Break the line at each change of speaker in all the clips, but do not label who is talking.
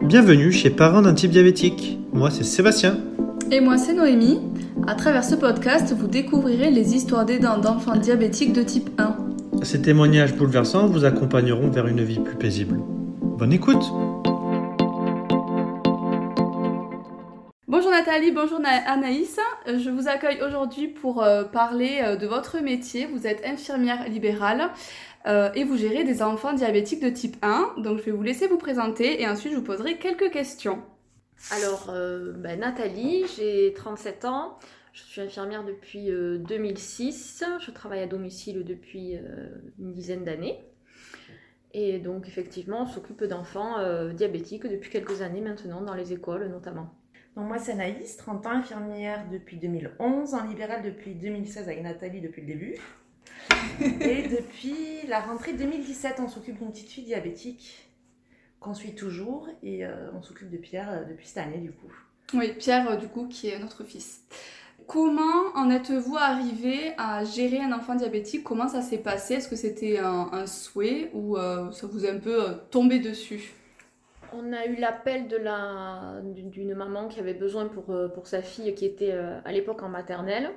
bienvenue chez Parents d'un type diabétique. Moi, c'est Sébastien.
Et moi, c'est Noémie. À travers ce podcast, vous découvrirez les histoires d'aidants d'enfants diabétiques de type 1.
Ces témoignages bouleversants vous accompagneront vers une vie plus paisible. Bonne écoute
Bonjour Nathalie, bonjour Na- Anaïs. Euh, Je vous accueille aujourd'hui pour euh, parler euh, de votre métier. Vous êtes infirmière libérale euh, et vous gérez des enfants diabétiques de type 1. Donc je vais vous laisser vous présenter et ensuite je vous poserai quelques questions.
Alors, euh, ben, Nathalie, j'ai 37 ans. Je suis infirmière depuis euh, 2006. Je travaille à domicile depuis euh, une dizaine d'années. Et donc, effectivement, on s'occupe d'enfants euh, diabétiques depuis quelques années maintenant, dans les écoles notamment.
Donc moi c'est Anaïs, 30 ans, infirmière depuis 2011, en libéral depuis 2016 avec Nathalie depuis le début. Et depuis la rentrée 2017, on s'occupe d'une petite fille diabétique qu'on suit toujours et euh, on s'occupe de Pierre euh, depuis cette année du coup.
Oui, Pierre, euh, du coup, qui est notre fils. Comment en êtes-vous arrivé à gérer un enfant diabétique Comment ça s'est passé Est-ce que c'était un, un souhait ou euh, ça vous est un peu euh, tombé dessus
On a eu l'appel de la d'une maman qui avait besoin pour, euh, pour sa fille qui était euh, à l'époque en maternelle.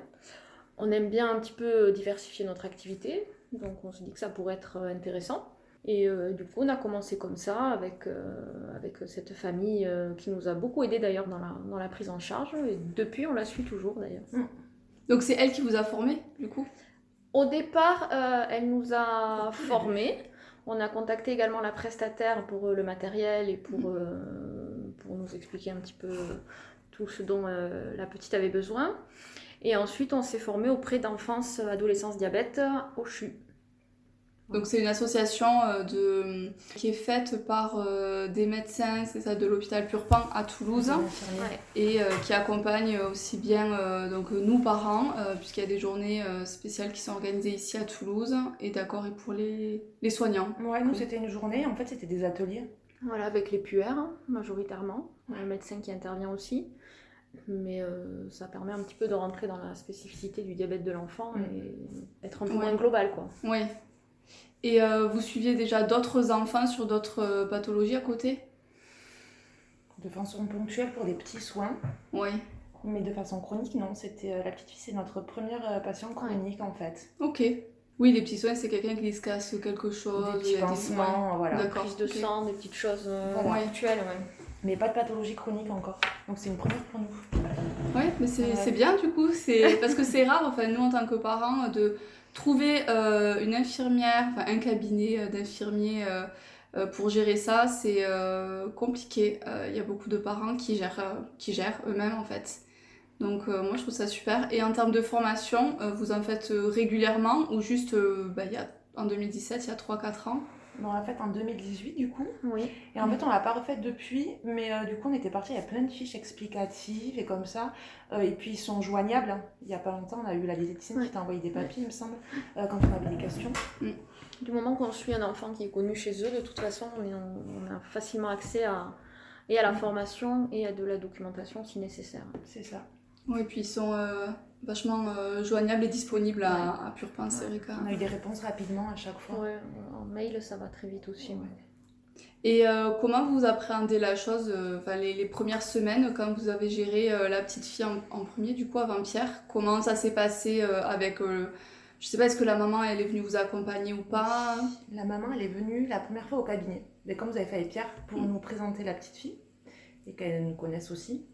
On aime bien un petit peu euh, diversifier notre activité, donc on se dit que ça pourrait être euh, intéressant. Et euh, du coup, on a commencé comme ça avec, euh, avec cette famille euh, qui nous a beaucoup aidé d'ailleurs dans la, dans la prise en charge. Et depuis, on la suit toujours d'ailleurs.
Donc c'est elle qui vous a formé, du coup
Au départ, euh, elle nous a formés. On a contacté également la prestataire pour euh, le matériel et pour, euh, pour nous expliquer un petit peu euh, tout ce dont euh, la petite avait besoin. Et ensuite, on s'est formé auprès d'enfance, adolescence, diabète euh, au CHU.
Donc c'est une association euh, de... qui est faite par euh, des médecins, c'est ça, de l'hôpital Purpan à Toulouse.
Infirmière.
et euh, qui accompagne aussi bien euh, donc nous parents euh, puisqu'il y a des journées euh, spéciales qui sont organisées ici à Toulouse et d'accord et pour les, les soignants.
Ouais, nous c'était une journée, en fait c'était des ateliers.
Voilà, avec les puères hein, majoritairement, un médecin qui intervient aussi. Mais euh, ça permet un petit peu de rentrer dans la spécificité du diabète de l'enfant et être un peu
Ouais.
moins global, quoi.
Oui. Et euh, vous suiviez déjà d'autres enfants sur d'autres euh, pathologies à côté
De façon ponctuelle pour des petits soins,
Oui.
mais de façon chronique non, c'était euh, la petite fille, c'est notre première euh, patiente chronique en fait.
Ok. Oui, les petits soins, c'est quelqu'un qui se casse quelque chose.
Des
il y
petits
a des- Oh, ouais.
pansements, voilà.
D'accord.
Prise de
ok.
sang, des petites choses euh,
Ouais.
ponctuelles, ouais.
Mais pas de pathologie chronique encore. Donc c'est une première pour nous.
Ouais, mais c'est
Ouais.
c'est bien du coup, c'est parce que c'est rare, enfin nous en tant que parents, de trouver euh, une infirmière, enfin un cabinet euh, d'infirmiers euh, euh, pour gérer ça, c'est euh, compliqué. Euh, Il y a beaucoup de parents qui gèrent, euh, qui gèrent eux-mêmes en fait. Donc euh, moi je trouve ça super. Et en termes de formation, euh, vous en faites euh, régulièrement ou juste euh, bah, il y a, en 2017, il y a 3-4 ans
On l'a faite en 2018 du coup.
Oui.
Et en fait, on l'a pas refaite depuis, mais euh, du coup, on était parti. Il y a plein de fiches explicatives et comme ça. Euh, et puis, ils sont joignables. Il y a pas longtemps, on a eu la diététicienne
Ouais.
qui t'a envoyé des papiers, il me semble, euh, quand on avait des questions.
Du moment qu'on suit un enfant qui est connu chez eux, de toute façon, on, est- on a facilement accès à, et à la formation et à de la documentation si nécessaire.
C'est ça.
Oui, puis ils sont euh, vachement euh, joignables et disponibles à, à pure pensée,
Ouais.
Erika.
On a eu des réponses rapidement à chaque fois.
Ouais, en mail, ça va très vite aussi.
Ouais.
Et euh, comment vous appréhendez la chose, euh, enfin, les, les premières semaines, quand vous avez géré euh, la petite fille en, en premier, du coup, avant Pierre Comment ça s'est passé euh, avec... euh, je sais pas, est-ce que la maman, elle est venue vous accompagner ou pas
La maman, elle est venue la première fois au cabinet. Mais comme vous avez fait avec Pierre, pour
Mm.
nous présenter la petite fille et qu'elle nous connaisse aussi.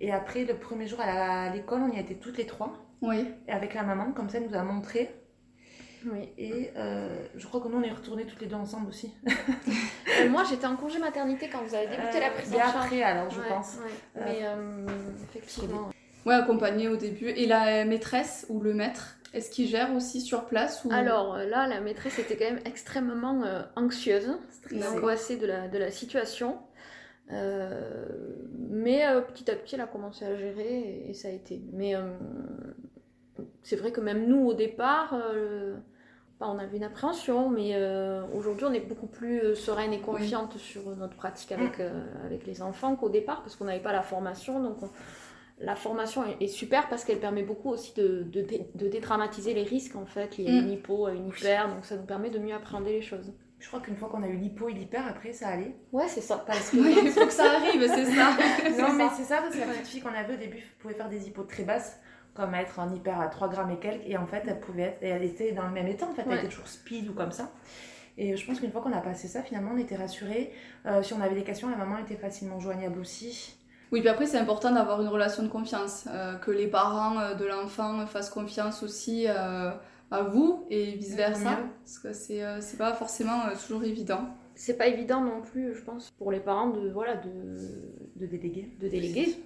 Et après, le premier jour à la- à l'école, on y a été toutes les trois.
Oui.
Et avec la maman, comme ça, elle nous a montré.
Oui.
Et euh, je crois que nous, on est retournés toutes les deux ensemble aussi.
Euh, moi, j'étais en congé maternité quand vous avez débuté la
Euh,
prise
bien
en charge.
après, alors, je
Ouais,
pense.
ouais. Mais euh, effectivement.
Ouais, accompagnée au début. Et la euh, maîtresse ou le maître, est-ce qu'il gère aussi sur place ou...
Alors euh, là, la maîtresse était quand même extrêmement euh, anxieuse. et
D'accord.
angoissée de la, de la situation. Euh, mais euh, petit à petit, elle a commencé à gérer et, et ça a été. Mais euh, c'est vrai que même nous, au départ, euh, bah, on avait une appréhension, mais euh, aujourd'hui, on est beaucoup plus euh, sereine et confiante sur notre pratique avec, euh, avec les enfants qu'au départ, parce qu'on n'avait pas la formation. Donc, on- la formation est, est super parce qu'elle permet beaucoup aussi de, de, Mm. dé- de dédramatiser les risques, en fait, liés à une hypo, à une hyper. Donc, ça nous permet de mieux appréhender les choses.
Je crois qu'une fois qu'on a eu l'hypo et l'hyper, après ça allait.
Ouais, c'est ça.
Parce que-
Oui, il faut que ça arrive, c'est ça.
non, mais
ça.
c'est ça, parce que la petite fille qu'on avait au début pouvait faire des hypos très basses, comme être en hyper à 3 grammes et quelques, et en fait, elle pouvait être, et elle était dans le même état, en fait,
Ouais.
elle était toujours speed ou comme ça. Et je pense qu'une fois qu'on a passé ça, finalement, on était rassurés. Euh, si on avait des questions, la maman était facilement joignable aussi.
Oui, puis après, c'est important d'avoir une relation de confiance, euh, que les parents euh, de l'enfant fassent confiance aussi euh, à vous et
Ouais, tant
vice-versa,
mieux.
parce que c'est euh, c'est pas forcément euh, toujours évident.
C'est pas évident non plus, je pense, pour les parents de, voilà, de,
De déléguer.
de déléguer.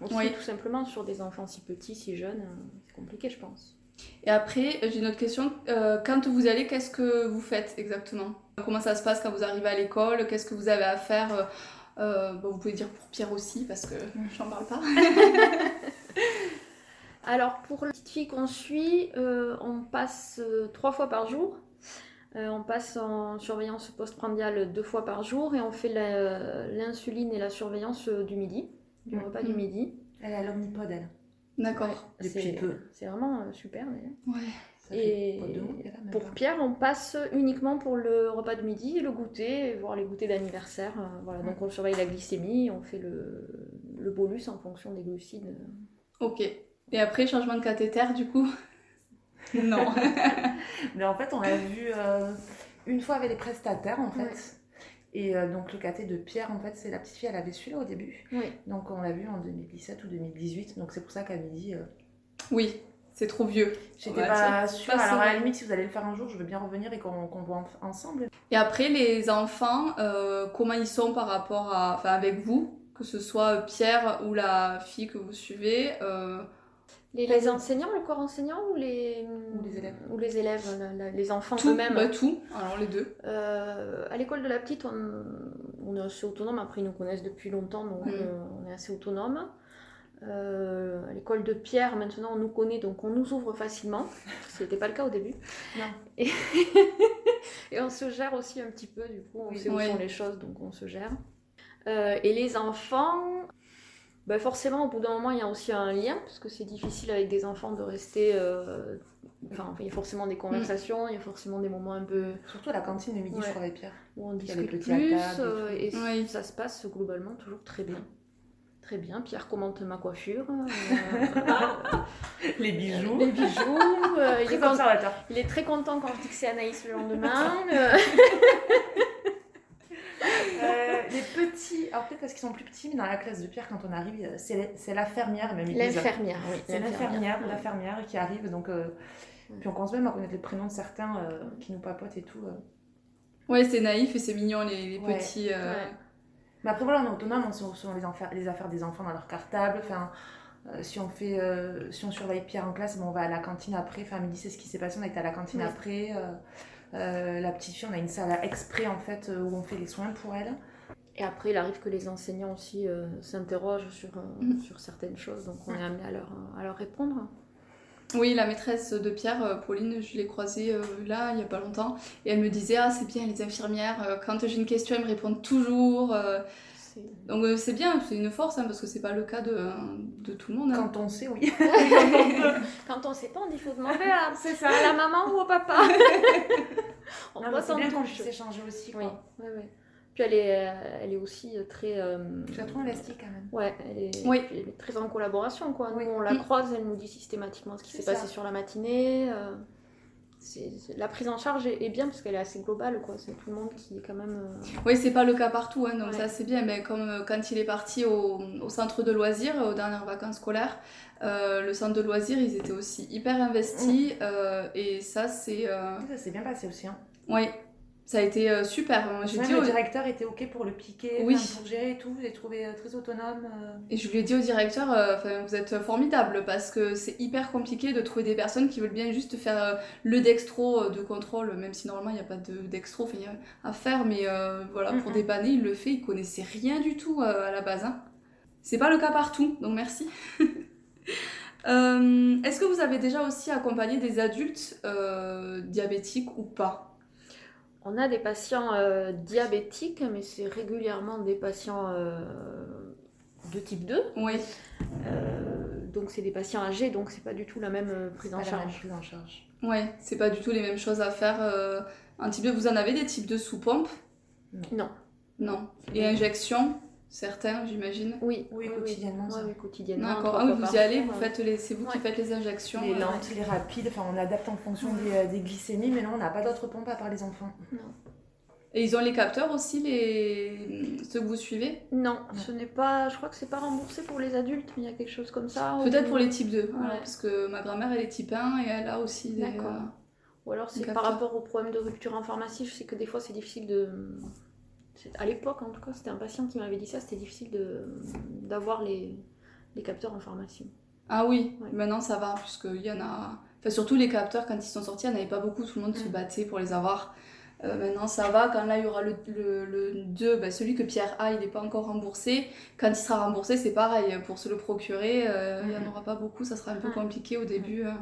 Aussi,
Oui.
tout simplement, sur des enfants si petits, si jeunes, euh, c'est compliqué, je pense.
Et après, j'ai une autre question. Euh, quand vous allez, qu'est-ce que vous faites exactement Comment ça se passe quand vous arrivez à l'école Qu'est-ce que vous avez à faire Euh, euh, bon, Vous pouvez dire pour Pierre aussi, parce que
Mm.
j'en parle pas.
Alors, pour la petite fille qu'on suit, euh, on passe euh, trois fois par jour. Euh, on passe en surveillance postprandiale deux fois par jour et on fait la- l'insuline et la surveillance euh, du midi, du
Mhm.
repas du midi.
Elle est à l'omnipode, elle.
D'accord.
Depuis
C'est-
peu.
C'est vraiment euh, super d'ailleurs.
Ouais.
Ça fait
Et
pas deux mois qu'elle a, même
Pour
pas.
Pierre, on passe uniquement pour le repas de midi, le goûter, voire les goûters d'anniversaire. euh, Voilà, donc on surveille la glycémie, on fait le, le bolus en fonction des glucides.
Ok. Et après, changement de cathéter, du coup Non.
Mais en fait, on l'a vu euh, une fois avec les prestataires, en fait.
Ouais.
Et euh, donc, le caté de Pierre, en fait, c'est la petite fille, elle avait celui-là au début.
Oui.
Donc, on l'a vu en 2017 ou 2018. Donc, c'est pour ça qu'à midi, euh,
Oui, c'est trop vieux.
j'étais
Ouais,
pas sûre.
pas
Alors, à la
sûr.
limite, si vous allez le faire un jour, je veux bien revenir et qu'on qu'on voit en- ensemble.
Et après, les enfants, euh, comment ils sont par rapport à. Enfin, avec vous que ce soit euh, Pierre ou la fille que vous suivez, euh,
Les, les enseignants, le corps enseignant ou les,
Ou les élèves.
ou les, élèves, la- la- les enfants
tout,
eux-mêmes
bah, tout, alors les deux.
Euh, à l'école de la petite, on, on est assez autonome. Après, ils nous connaissent depuis longtemps, donc
Mm.
euh, on est assez autonome. Euh, à l'école de Pierre, maintenant, on nous connaît, donc on nous ouvre facilement. Ce n'était pas le cas au début.
Non.
Et... et on se gère aussi un petit peu, du coup, on
Oui.
sait où
Ouais.
sont les choses, donc on se gère. Euh, et les enfants, bah forcément, au bout d'un moment, il y a aussi un lien, parce que c'est difficile avec des enfants de rester. euh, Enfin, il y a forcément des conversations, il y a forcément des moments un peu
Surtout à la cantine de midi,
Ouais.
je crois, avec Pierre.
où on
Il y a les
discute
petits
plus
à table et
euh,
tout.
et
Oui.
ça se passe globalement toujours très bien. Très bien, Pierre commente ma coiffure, euh,
Les bijoux.
les bijoux, euh, il,
Très
est con-
conservateur.
il est très content quand je dis que c'est Anaïs le lendemain. euh,
Euh, les petits, alors peut-être parce qu'ils sont plus petits, mais dans la classe de Pierre, quand on arrive, euh, c'est c'est la fermière, même ils disent.
L'infirmière, oui.
C'est l'infirmière,
oui. Mm.
la fermière qui arrive, donc... euh, Puis on commence même à connaître les prénoms de certains euh, qui nous papotent et tout. euh.
Ouais, c'est naïf et c'est mignon, les, les
Ouais.
petits. euh,
Ouais.
Mais après, voilà, on est autonome, on sait où sont les, enfa- les affaires des enfants dans leur cartable. Enfin, euh, si, on fait, euh, si on surveille Pierre en classe, bon, on va à la cantine après. Enfin, à midi, c'est ce qui s'est passé, on a été à la cantine
Oui.
après. euh, euh, la petite fille, on a une salle exprès, en fait, euh, où on fait les soins pour elle.
Et après, il arrive que les enseignants aussi euh, s'interrogent sur, euh,
Mhm.
Mm-hmm.
sur certaines choses, donc on
Mhm.
est amené à leur, à leur répondre.
Oui, la maîtresse de Pierre, euh, Pauline, je l'ai croisée euh, là, il n'y a pas longtemps, et elle me disait Ah, c'est bien, les infirmières, euh, quand j'ai une question, elles me répondent toujours. euh.
C'est-
Donc euh, c'est bien, c'est une force, hein, parce que c'est pas le cas de, de tout le monde. hein.
Quand on sait, oui.
Quand on sait pas, on dit faut demander à, à la maman ou au papa. on
Non, mais
doit
c'est
s'en
bien qu'on
touche.
puisse échanger aussi.
Oui,
Quoi.
oui, oui. Puis elle est, euh, elle est aussi euh, très. euh,
Je la trouve élastique, quand même.
Ouais, elle est,
Oui.
elle est très en collaboration, quoi. Nous,
Oui.
on la
Mm.
croise, elle nous dit systématiquement ce qui
C'est
s'est
ça.
passé sur la matinée. euh, c'est- c'est- La prise en charge est, est bien parce qu'elle est assez globale, quoi. C'est tout le monde qui est quand même. euh,
Oui, c'est pas le cas partout, hein, donc
Ouais.
ça c'est bien, mais comme euh, quand il est parti au, au centre de loisirs, euh, aux dernières vacances scolaires, euh, le centre de loisirs, ils étaient aussi hyper investis, euh, et ça c'est... euh,
Ça s'est bien passé aussi. Hein.
Ouais, ça a été euh, super. Moi, J'ai
Même
dit
le
au-
directeur était OK pour le piquer,
Oui.
enfin, pour gérer et tout. J'ai trouvé euh, très autonome. euh.
Et je lui ai dit au directeur, euh, Enfin, vous êtes formidable parce que c'est hyper compliqué de trouver des personnes qui veulent bien juste faire euh, le dextro euh, de contrôle, même si normalement il n'y a pas de dextro enfin, il y a à faire, mais euh, voilà, pour
Mhm.
dépanner, il le fait, il connaissait rien du tout euh, à la base. hein. C'est pas le cas partout, donc merci. Euh, Est-ce que vous avez déjà aussi accompagné des adultes euh, diabétiques ou pas
On a des patients euh, diabétiques, mais c'est régulièrement des patients euh, de type 2.
Oui,
euh, donc c'est des patients âgés, donc c'est pas du tout la même euh, prise en
Pas la même
charge.
prise en charge.
Ouais, c'est pas du tout les mêmes choses à faire. euh, un type de, vous en avez des types de sous-pompes
Non.
Non. Et injections Certains, j'imagine.
Oui,
Oui, quotidiennement,
Oui,
ça.
Ouais, oui, quotidiennement.
D'accord.
trois
Ah oui,
fois par
vous y allez,
jour,
vous
euh,
faites les, c'est vous qui
Ouais.
faites les injections.
Les
euh,
lentes, les rapides, enfin on adapte en fonction des, euh, des glycémies, mais non, on n'a pas d'autres pompes à part les enfants.
Et ils ont les capteurs aussi, les ceux que vous suivez
Non,
Ah
ce n'est pas. Je crois que c'est pas remboursé pour les adultes, mais il y a quelque chose comme ça. ou-
Peut-être pour les types 2, voilà,
Ah Ouais.
parce que ma grand-mère elle est type 1 et elle a aussi des.
D'accord.
euh,
Ou alors c'est
Des
par
capteurs.
rapport au problème de rupture en pharmacie, je sais que des fois c'est difficile de. c'est- À l'époque en tout cas, c'était un patient qui m'avait dit ça, c'était difficile de d'avoir les... les capteurs en pharmacie.
Ah oui,
Ouais.
maintenant ça va, puisqu'il y en a. Enfin, surtout les capteurs, quand ils sont sortis, il n'y en avait pas beaucoup, tout le monde se
Mm.
battait pour les avoir. Euh, maintenant ça va, quand là il y aura le, le, 2, celui que Pierre a, il n'est pas encore remboursé. Quand il sera remboursé, c'est pareil, pour se le procurer, euh, il n'y en
Mm.
aura pas beaucoup, ça sera un peu
Ouais.
compliqué au début. euh.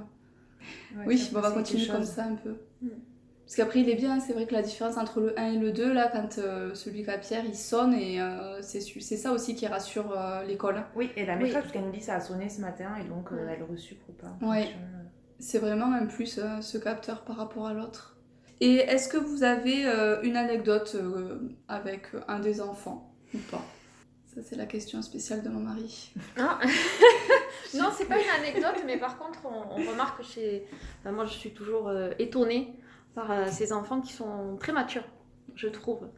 Oui, bon, on va continuer comme ça un peu.
Mm.
Parce qu'après, il est bien, hein, c'est vrai que la différence entre le 1 et le 2, là, quand euh, celui qu'a Pierre, il sonne, et euh, c'est su- c'est ça aussi qui rassure euh, l'école.
Oui, et la
Oui.
maîtresse, parce qu'elle nous dit ça a sonné ce matin, et donc euh,
Ouais.
elle reçut ou pas.
Ouais. C'est vraiment un plus, euh, ce capteur, par rapport à l'autre. Et est-ce que vous avez euh, une anecdote euh, avec un des enfants ou pas Ça, c'est la question spéciale de mon mari.
Hein non, c'est pas une anecdote, mais par contre, on, on remarque que chez. enfin, moi, je suis toujours euh, étonnée par euh, ces enfants qui sont très matures, je trouve.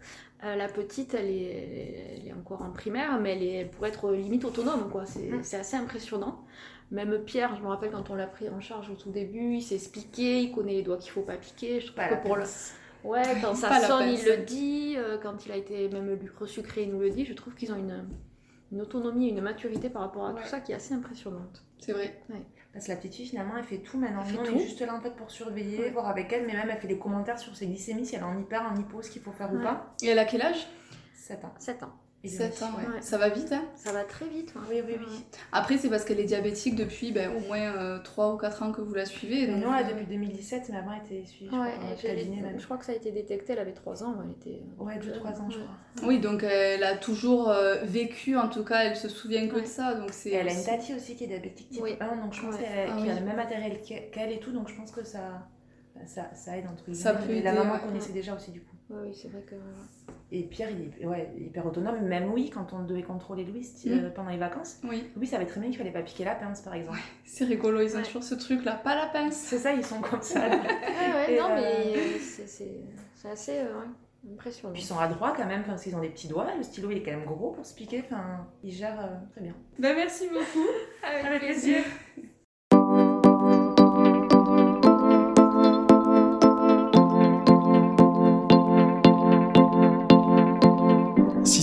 Euh, la petite, elle est, elle est encore en primaire, mais elle, est, elle pourrait être limite autonome, quoi. C'est
Mm.
c'est assez impressionnant. Même Pierre, je me rappelle quand on l'a pris en charge au tout début, il s'est expliqué, il connaît les doigts qu'il faut pas piquer. Je trouve
Pas
que
la
pour le,
place.
Ouais, quand ça
Pas la
sonne,
peine,
il
ça.
le dit. euh, quand il a été même lui resucré, il nous le dit. Je trouve qu'ils ont une, une autonomie, une maturité par rapport à
Ouais.
tout ça qui est assez impressionnante.
C'est vrai.
Parce que la petite fille, finalement, elle fait tout maintenant.
Elle fait
Nous, on
tout.
est juste là en fait pour surveiller,
Ouais.
voir avec elle, mais même elle fait des commentaires sur ses glycémies, si elle est en hyper, en hypo, ce qu'il faut faire ou
Ouais.
pas.
Et elle a quel âge
7 ans.
7 ans.
Et
7
demi,
ans,
ouais.
ouais. Ça va vite, hein
Ça va très vite. ouais.
Oui, oui, oui.
Après, c'est parce qu'elle est diabétique depuis ben, au moins 3 ou 4 ans que vous la suivez.
Et
donc,
nous, elle,
euh,
depuis 2017, mais avant, elle était suivie, je
Ouais,
crois, en
et je l'ai-
cabinet même.
je crois que ça a été détecté, elle avait 3 ans, elle était...
Ouais, 2-3 ans, je
Ouais.
crois.
Oui, donc elle a toujours euh, vécu, en tout cas, elle se souvient que de
Ouais.
ça. Donc c'est
Et elle a une
aussi-
tati aussi qui est diabétique type
Oui.
1, donc je pense
Ouais.
qu'elle
Ah
qu'il a
oui.
le même matériel qu'e- qu'elle et tout, donc je pense que ça, bah, ça, ça aide entre guillemets.
Ça peut
Et la
aider,
maman
ouais.
connaissait déjà aussi du coup.
Ouais, oui, c'est vrai que...
Et Pierre, il est ouais, hyper autonome, même oui, quand on devait contrôler Louis
Mm.
euh, pendant les vacances,
Oui,
Louis savait très bien qu'il fallait pas piquer la pince par exemple.
c'est rigolo, ils ont
Ouais.
toujours ce truc-là, pas la pince.
C'est ça, ils sont comme ça. là.
Ouais, ouais,
Et
non,
euh,
mais euh, c'est- c'est c'est assez euh, ouais, impressionnant.
Puis ils sont adroits quand même, parce qu'ils ont des petits doigts, le stylo il est quand même gros pour se piquer, enfin, ils gèrent euh, très bien.
Ben, merci beaucoup.
Avec plaisir.
Si